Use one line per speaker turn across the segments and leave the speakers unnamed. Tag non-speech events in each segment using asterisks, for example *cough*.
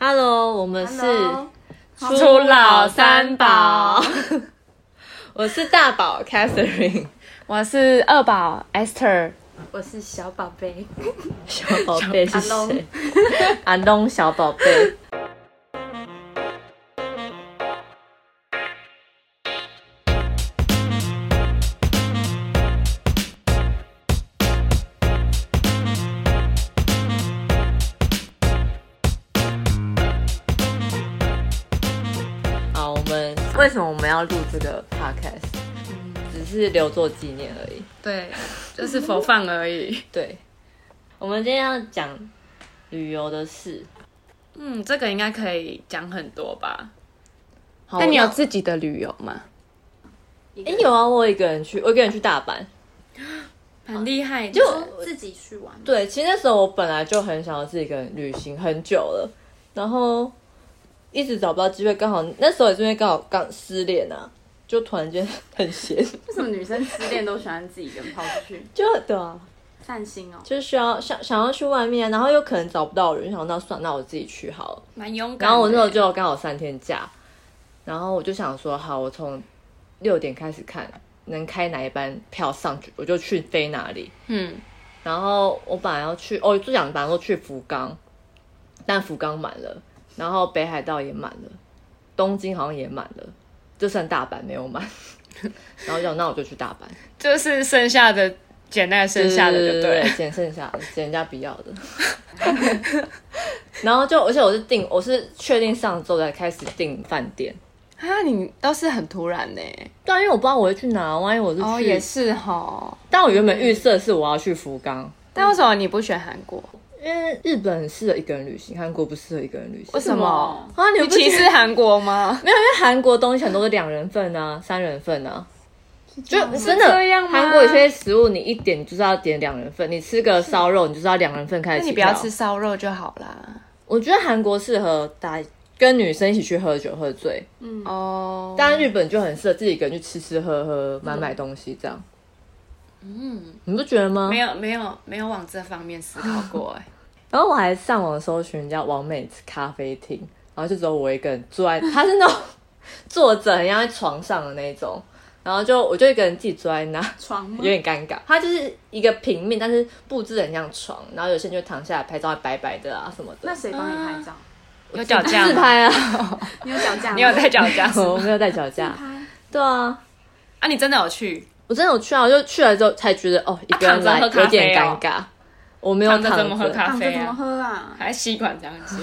Hello，我们是
Hello
初老三宝， *laughs* 我是大宝 Catherine，
我是二宝 Esther，
我是小宝贝，
小宝贝是
阿
谁？ *laughs* 阿东小宝贝。好，我们为什么我们要录这个 podcast？只是留作纪念而已。
对，就是佛放而已。
对，我们今天要讲旅游的事。
*laughs* 嗯，这个应该可以讲很多吧？
好
那你有
哎、
自己的旅游吗？
诶有啊，我有一个人去，我一个人去大阪。
很厉害，
就
就
自己去玩，
对，其实那时候我本来就很想要自己一个人旅行很久了，然后一直找不到机会，刚好那时候也是因为刚好刚失恋啊，就突然间很闲，
为什么女生失恋都喜欢自己一个人跑出
*laughs*
去
*laughs* 就对啊，
散心哦？
就需要想想要去外面啊，然后又可能找不到人，想那算那我自己去好了。
蛮勇敢的。
然后我那时候就刚好三天假，然后我就想说，好，我从六点开始看能开哪一班票上去，我就去飞哪里。
嗯，
然后我本来要去，哦，就想本来说去福冈，但福冈满了，然后北海道也满了，东京好像也满了，就剩大阪没有满。然后我就想那我就去大阪，
就是剩下的捡那剩下的就
对
对了。
捡剩下的，捡人家不要的。然后就，而且我是订，我是确定上周才开始订饭店。
*laughs* 啊，你倒是很突然呢。
对啊，因为我不知道我会去哪，万一我是去，
哦，也是哈。
但我原本预设是我要去福冈，
但为什么你不选韩国？
因为日本很适合一个人旅行，韩国不适合一个人旅行。
为什么？
啊，你
你
们不觉
歧
得
视韩国吗？
没有，因为韩国东西很多是两人份啊，三人份啊，就真
是这样
的，
吗
韩国有些食物你一点你就是要点两人份，你吃个烧肉你就是要两人份开
那
始。
你不要吃，烧肉就好啦。
我觉得韩国适合大跟女生一起去喝酒喝醉，
哦，
当然日本就很适合自己一个人去吃吃喝喝、买买东西这样。嗯，你不觉得吗？
没有没有没有往这方面思考 *laughs* 过哎。
然后我还上网搜寻人家王美咖啡厅，然后就只有我一个人坐在，他是那种坐着很像在床上的那种，然后就我就一个人自己坐在那， *laughs*
床吗
有？点尴尬。它就是一个平面，但是布置得很像床，然后有些人就躺下来拍照，白白的啊什么的
那。谁帮你拍照？
有脚架
自
吗？
拍啊，
你有脚架吗？
*laughs* 你有带脚架 *laughs* 是吗
我没有带脚架。
拍？
对啊，
啊？你真的有去？
我真的有去啊，我就去了之后才觉得哦，一个人来
啊 *laughs* 躺着喝咖啡哦
有点尴尬。我没有
躺着
躺
怎么喝咖
躺着
啡
怎么
啊？
喝啊？
还吸管这样子，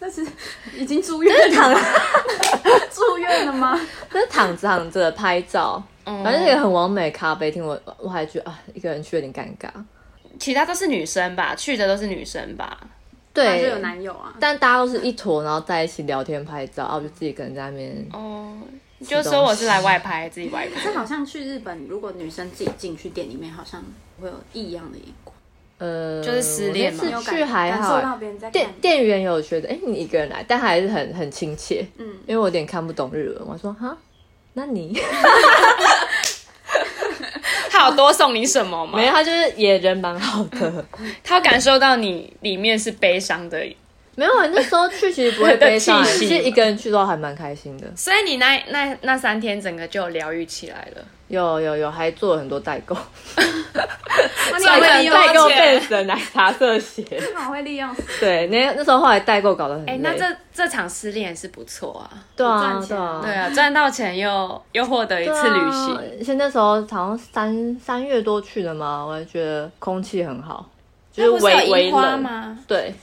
那是已经住院了， *laughs* 住院了吗？
就是躺着躺着拍照，
嗯
反正是一个很完美的咖啡厅，我我还觉得啊，一个人去有点尴尬。
其他都是女生吧？去的都是女生吧？
还是
对
有，男友啊？
但大家都是一坨，然后在一起聊天拍照，啊，我就自己一个人在那边。
哦，你就说我是来外拍，自己外拍。
但好像去日本，如果女生自己进去店里面，好像会有异样的眼光。
呃，
就是失恋嘛
我
有
那次
感
去还
感
好
受
欸、
到别人在看
店
你，
店员有觉得，哎、你一个人来，但还是很很亲切，
嗯，
因为我有点看不懂日文，我说哈，那你
*laughs* 他有多送你什么吗
没？有，他就是也人蛮好的，
他有感受到你里面是悲伤的，
没有，啊那时候去其实不会悲伤，
的
其
气息
实一个人去都还蛮开心的，
所以你那那那三天整个就有疗愈起来了。
有有有，还做了很多代购，
哇你
赚
好
了
会
很
利
多
用
代购
钱
贝
*laughs*
神奶茶色鞋，
你好会利用，
对，那那时候后来代购搞得很累，
哎、那这这场失恋也是不错啊。
对
赚
啊
钱
对啊
啊
对啊，赚到钱又又获得一次旅行，
对啊。而且那时候好像三三月多去的嘛，我还觉得空气很好，
那
就
不
是
是有
微微
樱花
冷。
吗？
对，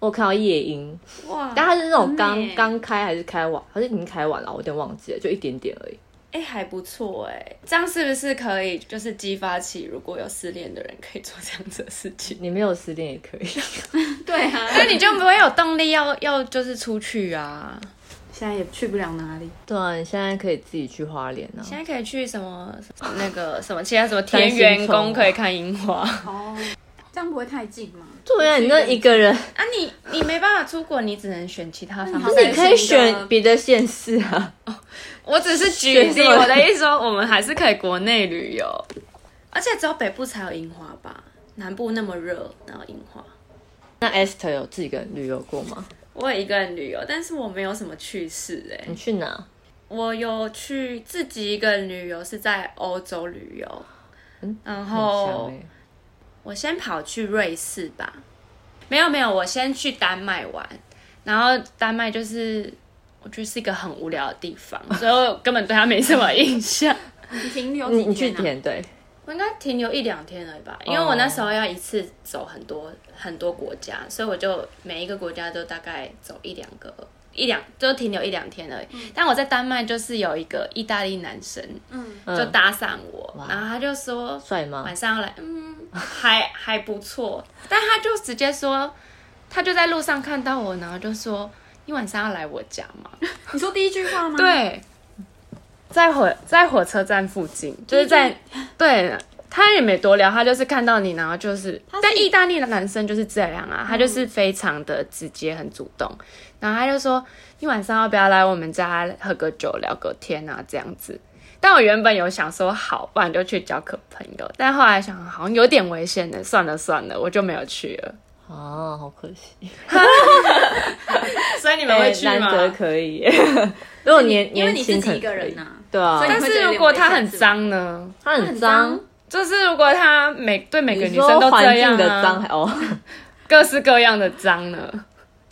我看到夜樱，
哇，
但它是那种刚
很美
刚开还是开完，还是已经开完了，我有点忘记了，就一点点而已。
哎、还不错哎、这样是不是可以就是激发起如果有失恋的人可以做这样子的事 *laughs* 情？
你没有失恋也可
*laughs*
以，
对啊，
那你就不会有动力要要就是出去啊。
现在也去不了哪里。
对啊，你现在可以自己去花莲啊。
现在可以去什么那个什么其他什么田园宫可以看樱花啊
哦，这样不会太近吗？
对啊，你那一个人，
你？你没办法出国，你只能选其他方
那
不
好
是
式。
你可以选别的县市啊。
我只是举例，
选什么
我的意思说我们还是可以国内旅游，而且只有北部才有樱花吧，南部那么热，哪有樱花？
那 Esther 有自己一个人旅游过吗？
我也一个人旅游，但是我没有什么趣事哎、
你去哪？
我有去自己一个人旅游，是在欧洲旅游，然后
嗯很香欸
我先跑去瑞士吧，没有没有，我先去丹麦玩，然后丹麦就是我觉得是一个很无聊的地方，所以我根本对它没什么印象。
你停留
你
几
你去
天啊？
填对，
我应该停留一两天而已吧，因为
哦
我那时候要一次走很多很多国家，所以我就每一个国家都大概走一两个一两，就停留一两天而已。但我在丹麦就是有一个意大利男生
嗯，
就搭讪我，
哇
然后他就说
帅吗
晚？上要来，嗯，还还不错，但他就直接说，他就在路上看到我，然后就说你晚上要来我家吗？
你说第一句话吗？，
对，在火在火车站附近，就是在 *laughs* 对他也没多聊，他就是看到你，然后就是，
是
但意大利的男生就是这样啊，他就是非常的直接，很主动，然后他就说你晚上要不要来我们家喝个酒聊个天啊这样子。但我原本有想说好，不然就去交个朋友，但后来想好像有点危险的，算了算了，我就没有去了。
啊，好可惜。
所以你
哎难得可以耶，如果年
因为
年
你
轻
自
可能
己一个
可以
人呐
对啊
所以，
但是如果他很脏呢？
它很脏，
就是如果他每对每个
你
女生
说
都
环
这样、
境
啊、
的脏还哦，
各式各样的脏呢，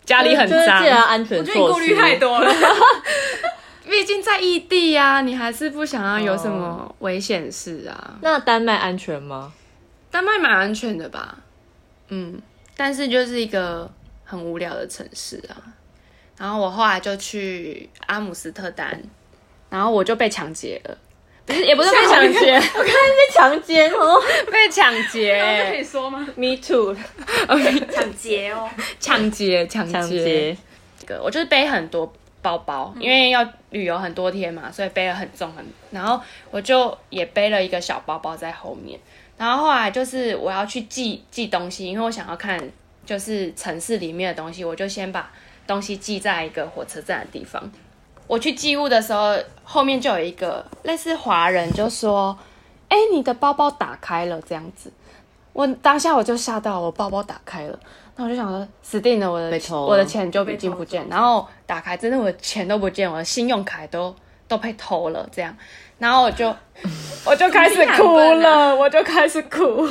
家里很
就是
脏
记，得安全
我觉得你
措
顾
施。
虑太多了。
毕竟在异地啊，你还是不想要有
哦
什么危险事啊。
那丹麦安全吗？
丹麦蛮安全的吧？嗯，但是就是一个很无聊的城市啊。然后我后来就去阿姆斯特丹，然后我就被抢劫了，不是也不是被抢劫，
被强奸哦
被抢劫、
*laughs*
这可以说吗？
，Me too，
抢劫哦，
抢劫，抢
强奸。
个，我就是背很多包包，因为要旅游很多天嘛，所以背了很重很，然后我就也背了一个小包包在后面。然后后来就是我要去寄寄东西，因为我想要看就是城市里面的东西，我就先把东西寄在一个火车站的地方。我去寄物的时候，后面就有一个类似华人就说：“哎、你的包包打开了。”这样子，我当下我就吓到，我包包打开了，那我就想说死定了，我的
被偷了
我的钱就已经不
被
见，
偷走
然后打开真的我的钱都不见，我的信用卡都都被偷了，这样，然后我就我就开始哭了，我就开始哭。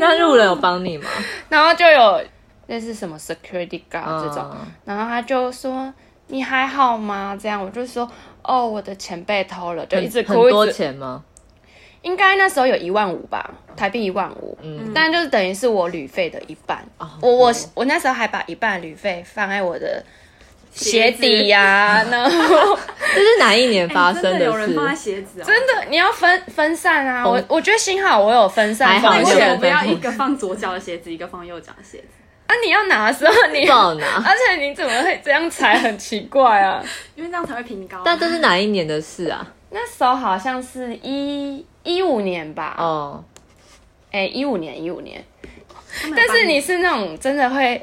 那路人有帮你吗？
然后就有类似什么 security guard
嗯
这种，然后他就说你还好吗？这样我就说哦，我的钱被偷了，就一直
很
哭，
多
一直
钱吗？
应该那时候有一万五吧，台币一万五，嗯，但就是等于是我旅费的一半。
哦
我我我那时候还把一半旅费放在我的鞋底呀、
*laughs*
然后
这是哪一年发生
哎真的有人
事？
放在鞋子哦。
真的你要分分散啊，我我觉得幸好我有分
哦还
散
好
风
为什
有
么
险
不要一个放左脚的鞋子，一个放右脚的鞋子？
啊，你要拿的时候你
不知。道哪，
*laughs* 而且你怎么会这样踩，很奇怪啊！
因为这样才会平高啊。
但这是哪一年的事啊？
那时候好像是一一五年吧，哦，
哦，
哎，一五年一五年，
他们有
但
帮
是你是那种真的会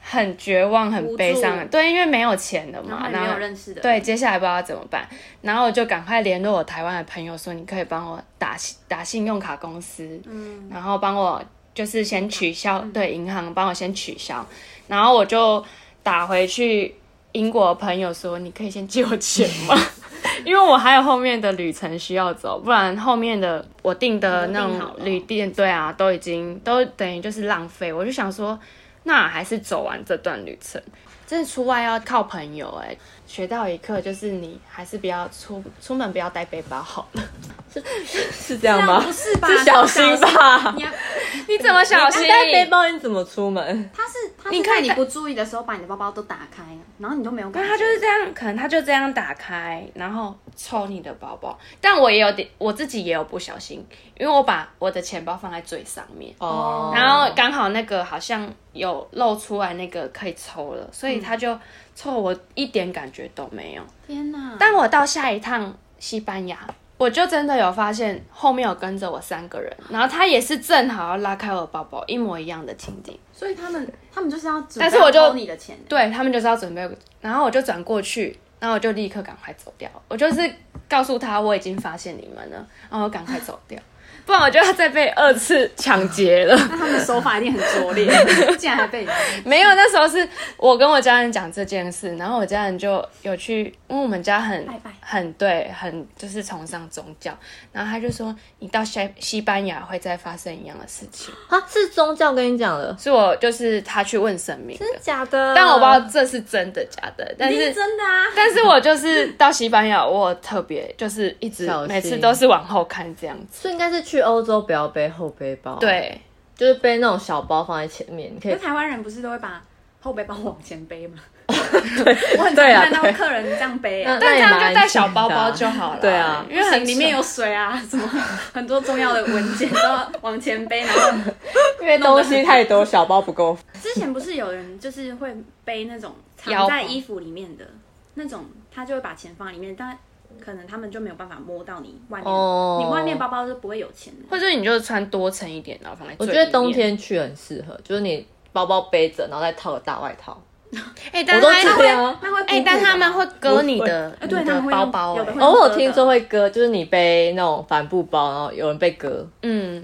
很绝望、很悲伤
无
的，
助
对，因为没有钱了
然
嘛，
后也没有认识的，，
对，接下来不知道怎么办，然后我就赶快联络我台湾的朋友说，你可以帮我打信打信用卡公司，
嗯，
然后帮我就是先取消，对，银行帮我先取消，然后我就打回去英国的朋友说，你可以先借我钱 *laughs* 吗？因为我还有后面的旅程需要走，不然后面的我订的
你都
那
订
种
好了
旅店，对啊，都已经都等于就是浪费。我就想说，那还是走完这段旅程。真的出外要靠朋友哎、学到一课就是你还是不要出出门不要带背包好了。
是这样吗？
啊不是吧？啊
是小心吧？
你要，
*laughs* 你怎么小心
你？带背包你怎么出门？
他是他
你
是
看
在你
他
不注意的时候把你的包包都打开，然后你都没有感
那他
觉。
就是这样，可能他就这样打开，然后抽你的包包。但我也有点，我自己也有不小心，因为我把我的钱包放在最上面，
哦，
然后刚好那个好像有露出来，那个可以抽了，所以他就抽我一点感觉都没有。
天哪！
但我到下一趟西班牙，我就真的有发现后面有跟着我三个人，然后他也是正好要拉开我的包包，一模一样的情景。
所以他们他们就是要准备
但是我就
要偷你的钱，
对他们就是要准备，然后我就转过去，然后我就立刻赶快走掉，我就是告诉他我已经发现你们了，然后我赶快走掉。不然我就要再被二次抢劫了。
*laughs* 那他们手法一定很拙劣，竟然还被你
没有，那时候是我跟我家人讲这件事，然后我家人就有去，因为我们家很
拜拜
很对，很就是崇尚宗教，然后他就说你到西西班牙会再发生一样的事情，
啊，是宗教跟你讲的，
是我就是他去问神明的，
真的假的？
但我不知道这是真的假的，但
一定
是。
真的啊，
但是我就是到西班牙，我特别就是一直
小心
每次都是往后看这样子。
所以应该是去欧洲不要背后背包，，啊
对，
就是背那种小包放在前面，你可
可
以
是台湾人不是都会把后背包往前背吗？ *laughs* 我很常
对啊
*laughs* 看到
对
客人这样背啊
那，
但这样
也蛮
就带小包包就好了。
对啊
因为很
里面有水啊， *laughs* 什么很多重要的文件都要往前背，然后
因为东西太多，小包不够。
之前不是有人就是会背那种
腰
藏
包
在衣服里面的那种，他就会把钱放里面，但可能他们就没有办法摸到你外面，
哦
你外面包包是不会有钱的。
或者你就穿多层一点，然后放在
我
最
觉
里
得
面。
冬天去很适合，就是你包包背着，然后再套个大外套。
哎、但
我都
他
这样啊
那会鼓鼓
哎、
的
但他们会割你的
哎
你
对他
的
们会
包
用
包、
有的
哎
会
哦，我有听说会割，就是你背那种帆布包，然后有人被割。
嗯，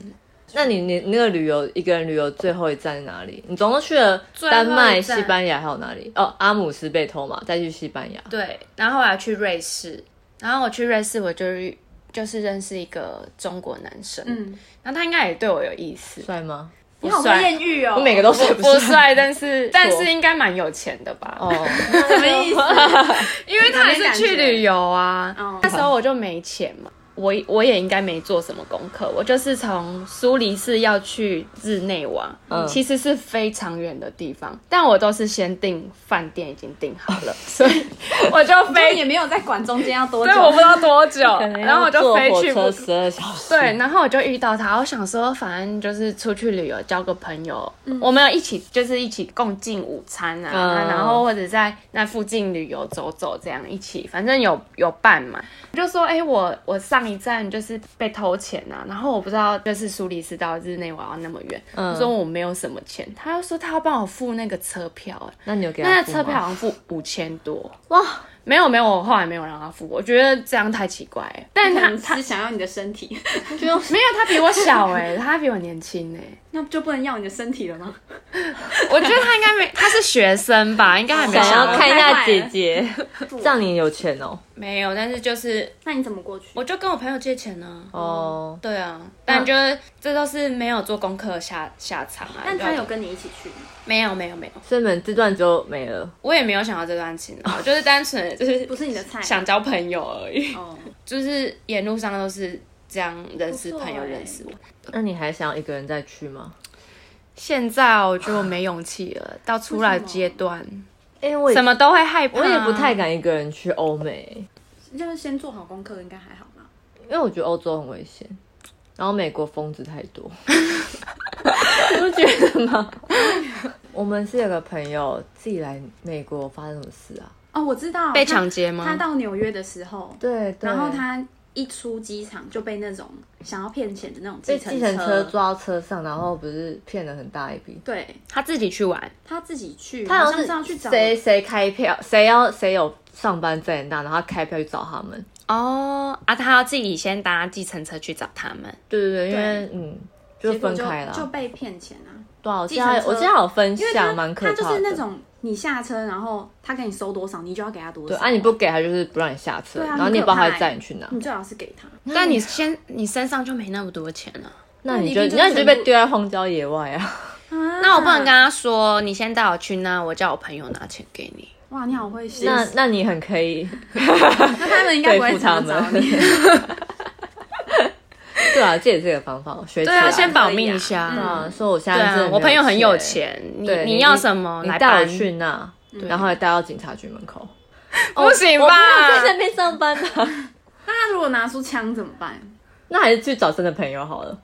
那你你那个旅游一个人旅游最后一站是哪里？你总共去了丹麦、
最后一站
西班牙还有哪里？哦，阿姆斯被偷嘛，再去西班牙。
对。然后后来去瑞士，然后我去瑞士，我就是就是认识一个中国男生，
嗯，
然后他应该也对我有意思，
帅吗？
你好多
帅
艳遇哦，
我每个都帅不帅？
不帅，但是但是应该蛮有钱的吧？
哦，
*laughs* 什么意思？
因为他也是去旅游啊
嗯，
那时候我就没钱嘛。我我也应该没做什么功课，我就是从苏黎世要去日内瓦，
嗯
其实是非常远的地方，但我都是先订饭店已经订好了，所以 *laughs* 我就
飞
飞，
也没有在管中间要多久
对，，我不知道多久，
可能要
然后我就
坐
飞
火
去
车
不
十二小时。
对，然后我就遇到他，我想说，反正就是出去旅游，交个朋友，我们有一起就是一起共进午餐啊，
嗯
然后或者在那附近旅游走走，这样一起，反正有有伴嘛。我就说，哎、我我上一站就是被偷钱啊，然后我不知道就是苏黎世到日内瓦要那么远，
嗯
我说我没有什么钱，他就说他要帮我付那个车票、哎。
那你有给他
那
付
车票
吗
好像付五千多，
哇，
没有没有，我后来没有让他付，我觉得这样太奇怪了。但他
但他只想要你的身 *laughs* 体，
就用
没有，他比我小哎、他比我年轻哎、
那就不能要你的身体了吗？
我觉得他应该没，他是学生吧，应该还没
想
想
要
到
哦看一
太
下
坏
姐
了
姐， *laughs* 这样你有钱哦。
没有，但是就是
那你怎么过去？
我就跟我朋友借钱呢、啊。
哦，
对啊，但就是这都是没有做功课下下场啊。
但他
就
有跟你一起去吗，
没有没有没有，
所以你们这段就没了。
我也没有想到这段情啊，我就是单纯就是
不是你的菜
想交朋友而 *laughs* 已，
哦。
就是沿路上都是这样认识
不错
朋友
欸
认识我。
那你还想要一个人再去吗？
现在我就没勇气了，到出来
为什么
阶段，
因为我也
什么都会害怕，啊
我也不太敢一个人去欧美，
*laughs* 就是先做好功课，应该还好吧？
因为我觉得欧洲很危险，然后美国疯子太多， *laughs* 你不觉得吗？ *laughs* 我们是有个朋友自己来美国发生什么事啊？
哦，我知道
被
他
抢劫吗？
他到纽约的时候，
对，对
然后他一出机场就被那种想要骗钱的那种
被
计
计程
程
车，抓到车上，然后不是骗了很大一笔。
对
他自己去玩，
他自己去，
他
好
像
是要去
是
找
谁谁开票，谁要谁有上班在那，然后他开票去找他们。
哦，啊，他要自己先搭计程车去找他们。
对对对，因
对
为嗯，就
结果
分开了
就
啊。
被骗钱啊，
对啊，我记
计
得
程
他
车
我记得他有分
因为
享，
他
蛮可怕
他
的。
就是那种你下车，然后他给你收多少，你就要给他多
对
少，
啊，你不给他就是不让你下车，
对啊
然后你也不知道他会载你去哪。
你最好是给他，
嗯
但你先，你身上就没那么多钱了。
那你
你
就
一定
那
就
你就被丢在荒郊野外啊！
*laughs* 那
那
我不能跟他说，你先带我去那，我叫我朋友拿钱给你。
哇，你好会写，
那
那
那你很可以
他们应该
对
不会
付
怎么
他
找
们。
你，
*laughs* 对啊，这也是一个方法，我学起
对
来。
啊，先保
可以
命
啊
一下。
啊，说我现
对
在真的
啊
没，
我朋友很有，钱，你
对
你要什么
你
来
带我
搬？
去那，然后还带到警察局门口。
不行
哦我朋友在
吧？
那边上班的，
*laughs* 那他如果拿出枪怎么办？
*laughs* 那还是去找真的朋友好了。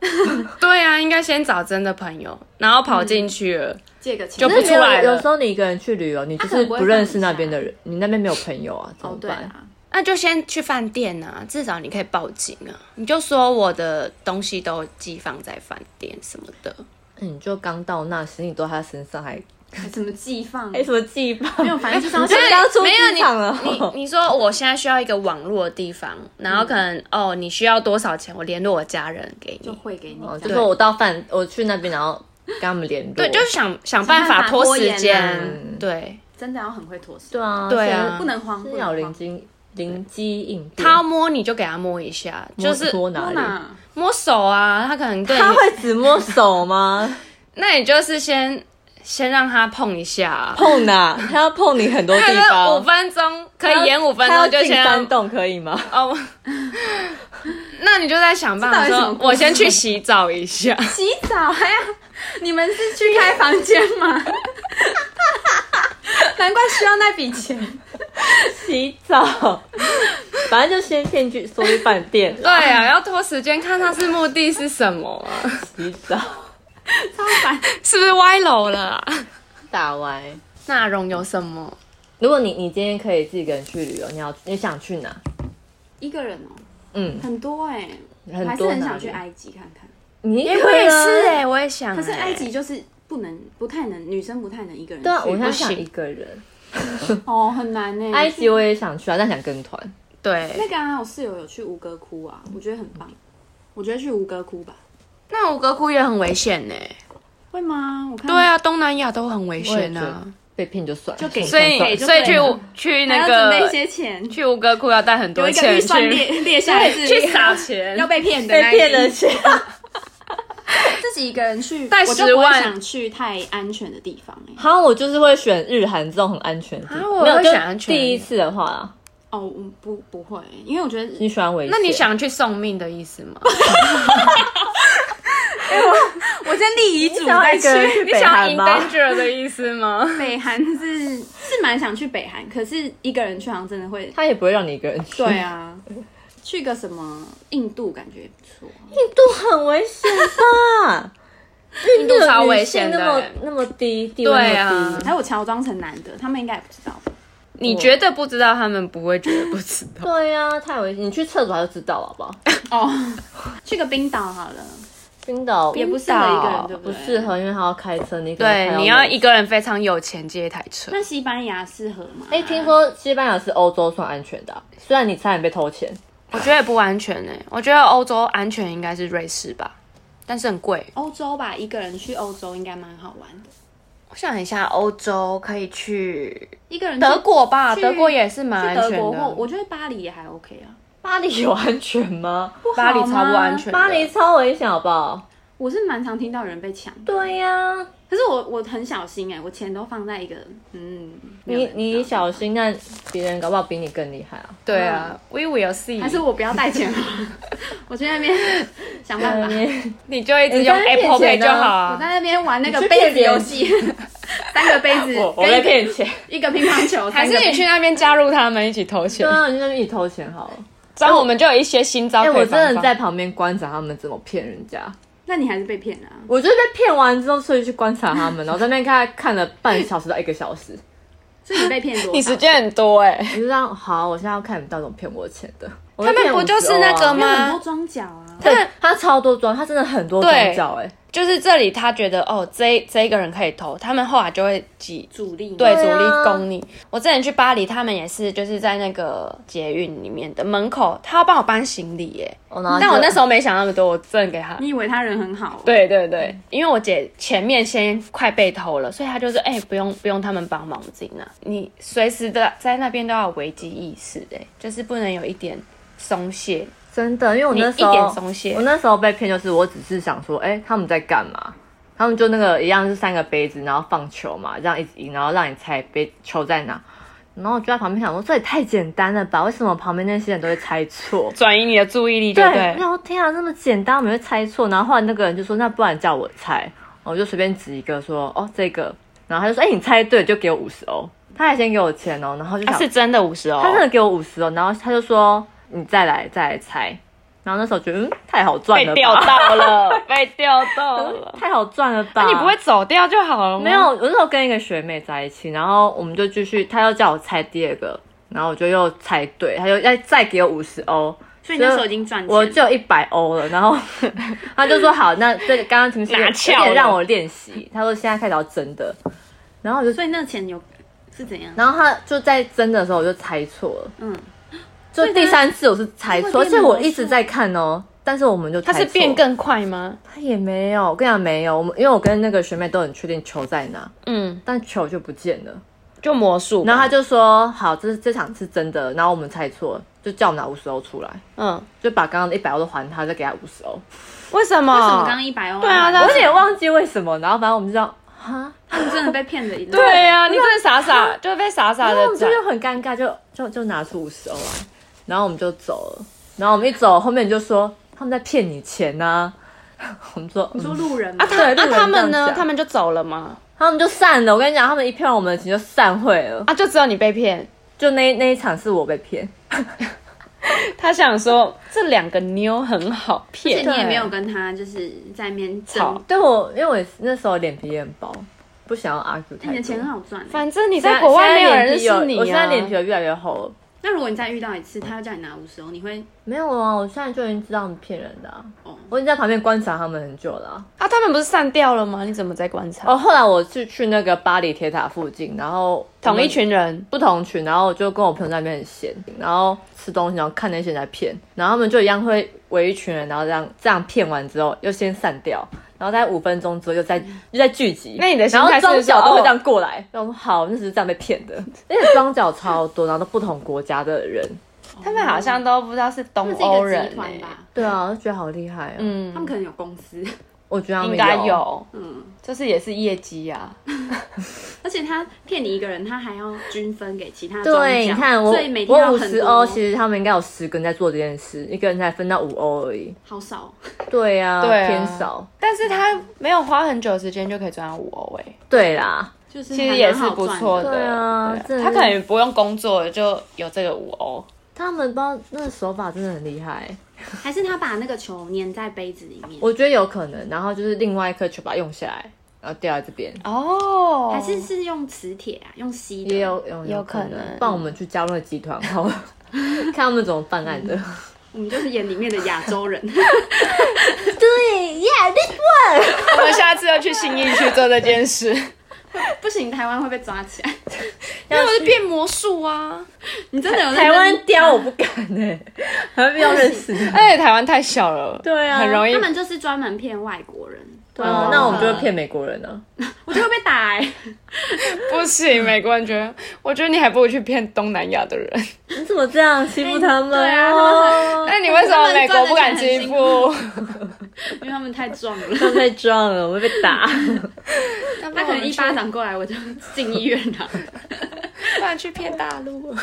对啊，应该先找真的朋友，然后跑进去了。
嗯
借个钱
就不
可是
出来
没有
了
有时候你一个人去旅游，你就
他可
是
能不
不
会
认
放
识
你
那
下
边的人，你那边没有朋友啊，怎么
哦，对
办？
啊，
那就先去饭店啊，至少你可以报警啊。你就说我的东西都寄放在饭店什么的。
那你就刚到那，行李都在他身上，还
还什么寄
*laughs*
放？啊
哎，什么寄放？
没有，反正就是要
你这
先
个刚出
没有
机场了
你你你说我现在需要一个网络的地方，然后可能、哦，你需要多少钱？我联络我家人给
就
你。
会给你这
哦，
样，
就是我到饭，我去那边，然后跟他们联络。
对，就是想想办法拖时
想
间
办法拖
延啊。
对，
真的要很会妥协，
对啊，
对啊
不能慌，
现
不
在是
能
要
慌
灵机灵机应变。
他要摸你就给他摸一下，
摸
就是
摸
多
哪里？
拿
摸手啊，他可能对你
他，会只摸手吗？
*laughs* 那你就是先先让他 *laughs* 碰一下啊、
碰哪？他要碰你很多地
那
方
五。分钟可以延五分
他要
钟，就
进
先
山洞可以吗？
*laughs* 哦。那你就在想办法
这到底什
说
么，故事
我先去洗澡一下。
洗澡还要？你们是去开房间吗？ *laughs* 难怪需要那笔钱，
洗澡，反正就先先去说去饭店
对啊，要拖时间，看他是目的是什么啊？
洗澡， *laughs*
超烦。
是不是歪楼了、啊？
打歪。
那容有什么？
如果你你今天可以自己一个人去旅游，你要你想去哪？
一个人哦，
嗯，
很多哎、我还
很
是
多
很
哪
想
里
去？埃及看看，
你
哎、
可啊
我也
能
是哎、我也想、
啊可是埃
哎
及就是不能，不太能，女生不太能一个人去。
对啊，我
不
想
行嗯
想一个人。
哦，很难呢、
埃及我也想去啊，但想跟团。
对，
那个啊，我室友有去吴哥窟啊，我觉得很棒。我觉得去吴哥窟吧，
那五哥窟也很危险呢、
欸会吗？我看
对，啊，东南亚都很
我
危
也
险
觉
啊
得。被骗就算了，
就给
算
所
了
以
算了
就
所以去
对了
五去
还
那
要准备
个
一些钱，
去吴哥窟要带很
有
多
一个
钱
预算
*laughs* 去
列列下来 *laughs* 是
去撒钱，
要被骗的
被
那一
骗了
笔
钱，
*laughs*
自己一个人去，
带
我就
10
不会
万
想去太安全的地方哎、
好，我就是会选日韩这种很安全的地
啊
方，
我
没有
会
就
选安全
第一次的话啦，
哦，我不不会、因为我觉得
你喜欢危险？
那你想去送命的意思
*laughs*
吗？
我先立遗嘱
你想要
再
一个人
*laughs*
去。
去
你
北
想
韩
in
吗？
danger 的意思
*laughs*
吗？
北韩是是蛮想去北韩，可是一个人去好像真的 *laughs* 会。
他也不会让你一个人去，*laughs*
对啊，去个什么印度感觉也不错。啊
印度很危险吧？
印
印
度超危险的
那么
欸
那么低，地位
对
那
啊
么低，
还有乔装成男的，他们应该也不知道。
你觉得不知道，他们不会觉得不知
*laughs*
道。
对呀、太危险！你去厕所他就知道了，好
*laughs*
不好？
哦， *laughs* 去个冰岛好了，
冰岛
也不适合一个人，对
不
对？
适。合，因为他要开车，你可能开
对，
到
你要
那
一个人非常有钱接一台
*laughs*
车。
那西班牙适合吗？
哎、听说西班牙是欧洲算安全的啊、虽然你差点被偷钱，
我觉得不安全呢、我觉得欧洲安全应该是瑞士吧，但是很贵。
欧洲吧，一个人去欧洲应该蛮好玩的。
我想一下，欧洲可以去
一个人去
德国吧，
去
德国也是蛮
去
安
德
全
国或
的。
我觉得巴黎也还 OK 啊。
巴黎有安全吗？
巴黎超不安全
*laughs*
的，
巴黎超危险，好不好？
我是蛮常听到有人被抢，
对呀、
可是我我很小心哎、我钱都放在一个嗯，没有
你
人知道
你小心，但别人搞不好比你更厉害啊！
对啊，We will
还是
see。
我不要带钱好了， *laughs* 我去那边想办法，
你
你就一
你
直用
在那边
Apple
骗钱
Pay 就
啊
好
我
啊。
在那边玩那个
你去
杯
骗
子
别人
游戏，三个杯子
*laughs* 我我
跟
被
一个
骗钱，
一个乒乓球，
还
三个
是
杯
你去那边加入他们一起投
对 *laughs*
钱，
啊，你那边一起偷钱好了。
这样我们就有一些新招
哎、
可以
我
防
真的
范
在旁边观察他们怎么骗人家，
那你还是被骗了、啊。
我就是被骗完之后，所以去观察他们，然后在那边看看了半小时到一个小时，
所以你被骗多少？
你时间很多哎、
你就这样好，我现在要看你到底怎么骗我钱的。我
他们
骗
不就是那
50
个
欧啊
因为很
吗
多装脚啊，
对，他超多装，他真的很多装脚哎，
就是这里他觉得哦，这这一个人可以投，他们后来就会挤
主力嘛
对主
对啊
力攻你。我之前去巴黎，他们也是就是在那个捷运里面的门口，他要帮我搬行李耶。
哦然后
但我那时
候
候没想那么多，我真的给他。
你以为他人很好、哦？，
对对对，因为我姐前面先快被偷了，所以她就是哎、不用不用他们帮忙，我自己拿。你随时的在那边都要有危机意识，哎，就是不能有一点松懈。
真的，因为我
你
那时候
一点松懈
我那时候被骗就是我只是想说，哎、他们在干嘛？他们就那个一样是三个杯子，然后放球嘛，这样一直赢，然后让你猜杯球在哪。然后我就在旁边想说，这也太简单了吧？为什么旁边那些人都会猜错？
转移你的注意力就
对，
对
我想说天啊，那么简单，我们会猜错。然后后来那个人就说，那不然叫我猜，我就随便指一个说，哦这个，然后他就说，哎、你猜对就给我五十欧，他还先给我钱哦，然后就
他
想，
是真的五十哦，
他真的给我五十哦，然后他就说你再来再来猜，然后那时候觉得嗯太好赚
被
了
钓
吧，
到 *laughs* 了，被钓到了。
太好赚了吧？
啊那你不会啊走掉就好了吗？
没有，，我那时候跟一个学妹在一起，然后我们就继续，她又叫我猜第二个，然后我就又猜对，她又再再给我五十欧，
所以你那时候已经赚钱了，
我就一百欧了，然后 *laughs* 他就说好，那这个刚刚前面是
拿
有
翘了
点让我练习，他说现在开始要真的，然后我就，
所以那钱有是怎样？
然后他就在蒸的时候我就猜错了，
嗯，
就
所以
第
它
三次我是猜
会
错，而
变
且我
魔
一直
术
在看哦，但是我们就
它是
猜错
变更快吗？
他也没有，我跟你讲没有，我们因为我跟那个学妹都很确定球在哪，
嗯，
但球就不见了。
就魔术吧。
然后他就说好，这这场是真的，然后我们猜错了，就叫我们拿五十欧出来，
嗯，
就把刚刚的一百欧都还他，再给他五十欧。
为什么？
为什么刚刚一百欧？
哦对啊
他
他
我有点忘记为什么，然后反正我们就这样哈，
他们真的被骗的一路。
对呀、你真的傻傻，就被傻傻
然啊后我
的
们就
宰。
又很尴尬，就就就拿出五十欧来，然后我们就走了。然后我们一走，后面就说他们在骗你钱呐、 *laughs* 我们说，
你
嗯
说路人吗
啊，他
对路
啊
人
他们
这样
呢？
讲
他们就走了吗？
他们就散了。我跟你讲，他们一骗完我们的钱就散会了。
啊，就只有你被骗。
就那那一场是我被骗，
他想说这两个妞很好
而且
骗，
你也没有跟他就是在面
吵
争，
对我，因为我也是那时候脸皮也很薄，不想要 argue 太
但
多。
你的钱很好赚欸。
反正你在国外没有人认识你、啊。
我现在脸皮有越来越厚了。
那如果你再遇到一次，他要叫你拿五十欧，你会
没有啊，我现在就已经知道他们骗人的啊、
哦？
我已经在旁边观察他们很久了啊、
啊，他们不是散掉了吗？你怎么在观察？
哦，后来我是去那个巴黎铁塔附近，然后我
同
们
一群人，
不同群，然后我就跟我朋友在那边很闲，然后吃东西，然后看那些人在骗，然后他们就一样会围一群人，然后这样这样骗完之后又先散掉，然后在五分钟之后又再又再聚集。
嗯那你的心
然后
态是
装脚
说
都会
哦
这样过来，然后我说好，那只是这样被骗
*laughs*
的，而且装脚超多，然后都不同国家的人。
他们好像都不知道是
那
东
是
欧
一个
人、
集团
欸。
吧？
对啊，我就觉得好厉害啊。嗯，
他们
嗯，
可能有公司， *laughs*
我觉得他们
应该
有，
有，
嗯，
就是也是业绩啊。
而且他骗你一个人，他还要均分给其他庄
对，
家
你看我
所以每天
我
要
五
很
十
多
欧，其实他们应该有十个人在做这件事，一个人才分到五欧而已。
好
*laughs*
少，
对啊，
对啊
偏少。
但是他没有花很久的时间就可以赚到五欧诶，
对啦，
就是
其实
还
也
蛮
是
好
不
赚的
错的。
对啊真的
他
是
可能不用工作就有这个五欧，
他们不知道那个手法真的很厉害，
还是他把那个球粘在杯子里面，
我觉得有可能。然后就是另外一颗球把它用下来，然后掉在这边。
*laughs* 哦，
还是是用磁铁啊，用吸的，
也有有
有可
能
能，
不然我们去加入那个集团好了，看他们怎么办案的。
我们就是演里面的亚洲人， *laughs*
对，Yeah， *laughs*
我们下次要去新义去做这件事，因
不行，台湾会被抓起来。 *laughs*
为我是变魔术啊。
你真的有认真
台湾雕我不敢呢、还没有认识。
而且台湾太小了，
对啊
很容易
他。们就是专门骗外国人，
对啊，那我们就会骗美国人啊。
我就会被打、欸。
不行，美国人觉得，我觉得你还不如去骗东南亚的人。
你怎么这样欺负他们？
对啊
哦
他
那你为什么美国不敢欺负？
因为他们太壮了， *laughs*
他们太壮了，我会被打。
他可能一巴，掌过来我就进医院啊了。
不然去骗大陆。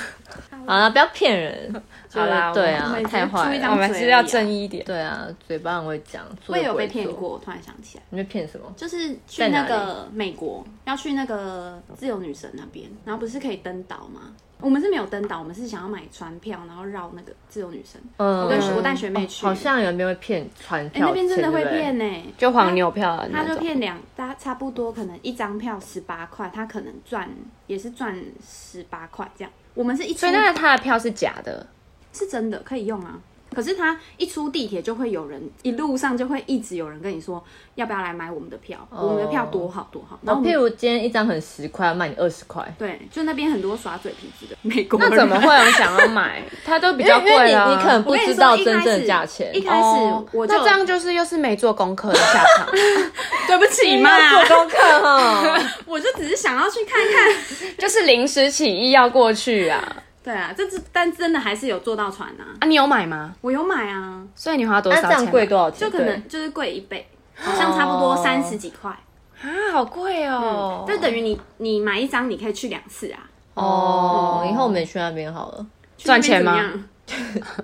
好了，不要骗人。就是
好啦
对
我
啊
们，
太
我们
坏
注意
了
到。
我们是哦要正义一点。
对啊，嘴巴很会讲，做
*laughs* 我
得
也有
不会
被骗
做。
过，我突然想起来，
你被骗什么？
就是去
在哪
那
里
个美国，要去那个自由女神那边，然后不是可以登岛吗？我们是没有登岛，我们是想要买船票，然后绕那个自由女神。
嗯
我跟学我带学妹去，
好像有那边会骗传
哎、
票
那边真的
钱
会
对不对
骗呢、欸
就黄牛票啊
他
那
就
种，
骗两，他差不多可能一张票十八块，他可能赚也是赚十八块这样。我们是一出
所以那个他的票是假的，
是真的可以用啊，可是他一出地铁就会有人，一路上就会一直有人跟你说要不要来买我们的票，
哦
我们的票多好多好。然
哦，
后我
譬
们
如今天一张很十块，卖你二十块，
对，就那边很多耍嘴皮子的美国人，
那怎么会有人想要买？它都比
比
较贵
你
啦。
你可能
*laughs* 我
不
跟你
知
说
道
一
真
开
正的
始
价钱。
一开
哦
始我就
那这样就是又是没做功课的下场，
对不起嘛，
做功课
*laughs*
哦，
我就只是想要去看看。
*laughs*
*laughs*
就是临时起意要过去啊。
对啊，这只但真的还是有坐到船啊，
啊，你有买吗？
我有买啊，
所以你花多
那
少
这
钱啊？
样贵多少钱？
就可
对
能就是贵一倍，好像差不多
哦
三十几块。
啊，好贵哦
嗯，！就等于你你买一张，你可以去两次啊。
哦，以后我们也去那边好了，
*laughs* 去那
赚
边
钱吗
怎么样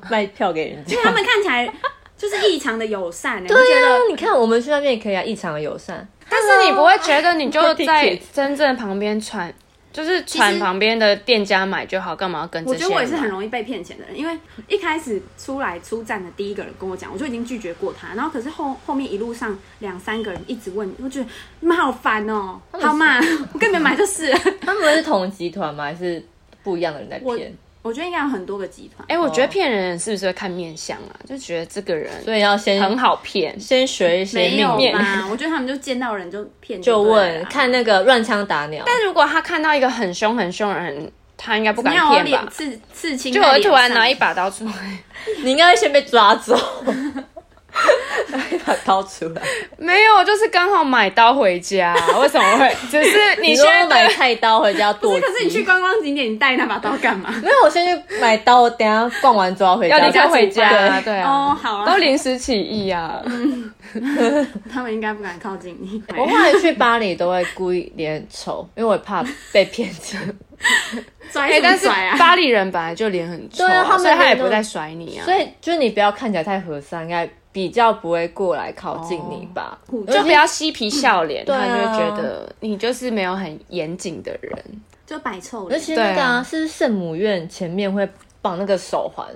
卖票给人家
因。为他们看起来就是异常的友善、
*laughs*
欸，
对啊
我
呀
觉得，
你看我们去那边也可以啊，异常的友善。
但是你不会觉得你
*laughs*
就在
Ticket
真正旁边船，就是
其
船
实
旁边的店家买就好，干嘛要跟这
我
些
觉
人啊
得
买？
我也是很容易被骗钱的人，因为一开始出来出站的第一个人跟我讲，我就已经拒绝过他，然后可是后后面一路上两三个人一直问，我觉得你们好烦哦、
们是 *laughs*
好嘛，我跟你们买就是了，
他们是同集团吗？还是不一样的人在
我
骗？
我觉得应该有很多个集团。
哎、我觉得骗人是不是会看面相啊？就觉得这个人
所以要先
很好骗，
先学一些
没
命
有
理，
吧？ *laughs* 我觉得他们就见到人就骗
就
对啊了
问
啦
看那个乱枪打鸟。
但如果他看到一个很凶很凶的人，他应该不
怎
敢
么样？我
骗
脸
吧？
刺刺青
就
在
我
啊脸上，
会突然拿一把刀出来，
你应该会先被抓走，把刀出来。
没有，就是刚好买刀回家。为什么会？只是
*laughs*
你
你说
现在
买
对
菜刀回家剁
不
鸡？
是， *laughs* 可是你去观光景点，你带那把刀干嘛？
没有，我先去买刀，我等一下逛完抓回家。
要离家回
对
家，对
哦，
啊，
好啊
都，临时起意啊。
他们应该不敢靠近你。 *laughs*
我后来去巴黎都会故意脸丑，因为我怕被骗钱。
拽
哎，
什么
但是
拽
*laughs*
啊？
巴黎人本来就脸很臭，
对啊他们
所以他也
脸都
不再甩你啊
所。以就是你不要看起来太和善，应该比较不会过来靠近你吧。
就不要嬉皮笑脸，
对
他
啊
就会觉得你就是没有很严谨的人。
就摆臭
而
脸。
且那个
对
啊，
啊
是圣母院前面会绑那个手环，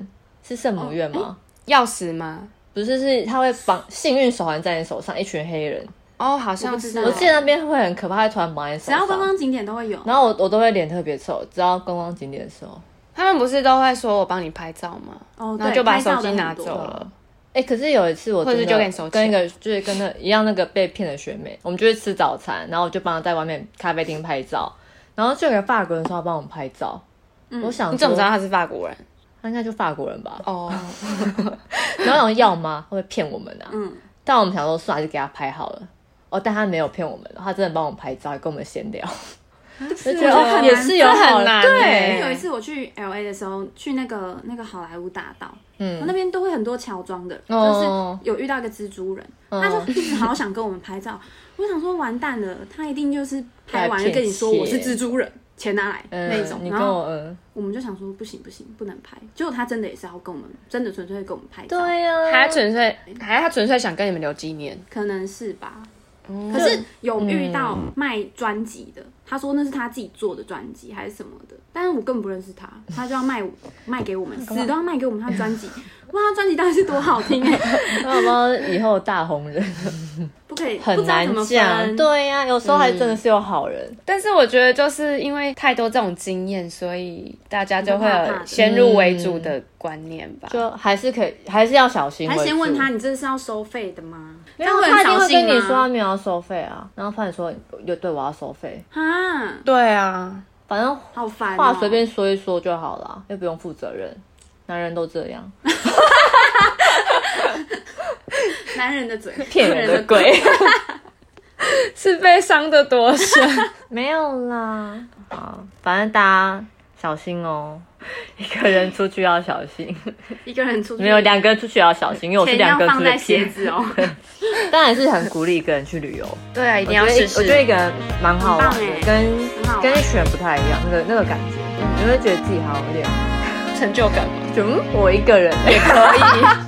是圣母院吗？
钥匙吗？
不是，是他会绑幸运手环在你手上，一群黑人。
哦，好
我
像
不知
是
道
哦。
我记得那边会很可怕，会突然绑在你手
只要观
上。
光景点都会有。
然后我我都会脸特别臭，只要观光景点的时候。
他们不是都会说我帮你拍照吗？
哦
然后
对
就把
拍照
手
的
机
很
拿
多
走了。
哎、可是有一次我
或者
真
就给
的
你手
跟一
钱
个就是跟那一样那个被骗的学妹，我们就去吃早餐，然后我就帮她在外面咖啡厅拍照，然后就有个法国人说要帮我们拍照，我想
嗯你怎么知
说
道他是法国人？
他应该就法国人吧？
哦，
然后我想要吗？会不会骗我们啊？
嗯，
但我们想说算了，就给他拍好了。哦，但他没有骗我们，他真的帮我们拍照，还跟我们闲聊，
是
就觉得
很
也
难
啊是有
这很
好
难
因为
对
欸，
有一次我去 L A 的时候，去那个那个好莱坞大道，
嗯
那边都会很多乔装的，
哦
就是有遇到一个蜘蛛人，
嗯
他就一直好想跟我们拍照。我想说完蛋了，他一定就是拍完
来
就
骗
跟你说我是
钱
蜘蛛人，钱拿来
嗯，
那种。
你
然
跟
后
我嗯，
我们就想说不行不行，不能拍。结果他真的也是要跟我们，真的纯粹跟我们拍照，
对啊呀、
他纯粹，还他纯粹想跟你们留纪念。
可能是吧。
嗯
可是有遇到卖专辑的，他说那是他自己做的专辑还是什么的，但是我根本不认识他，他就要
*laughs*
卖我卖给我们，死都要卖给我们他的专辑。 *laughs* 哇，他专辑到底是多好听哎、
那我不知道以后大红人
不可以，不
很
知道
难
怎么
讲，
分。
对呀、有时候还真的是有好人，
但是我觉得就是因为太多这种经验，所以大家就会
你会怕怕
有
的
先入为主的观念吧。
就还是可以，还是要小心。
还先问他，，你这是要收费的吗？
没
这
有
样会
他
很
一定
扫
会
兴啊
跟你说他
吗？
没有要收费啊，然后怕你说有对我要收费，
啊，
对啊，
反正
好烦、哦。
话随便说一说就好了，又不用负责任。男人都这 *laughs* 样，
男人的嘴，
骗人的鬼。
是被伤的多深？
没有啦，啊，反正大家小心哦， *laughs* 一个人出去要小
*laughs*
心，
一个人出去
没有两个人出去也要小心，因为我是
钱
两
要
个人
放
出
在
去
鞋
骗。
子哦，
*laughs* 当然是很鼓励一个人去旅游，
*laughs*
对啊，一
我
定
觉
要
得一
试
我觉得
试。
一个人蛮好玩的
很棒，哎
跟
很好玩
跟一群人不太一样，那个那个感觉，你会觉得自己好有点，
成就感嘛，
*laughs*
就嗯我一个人也可以。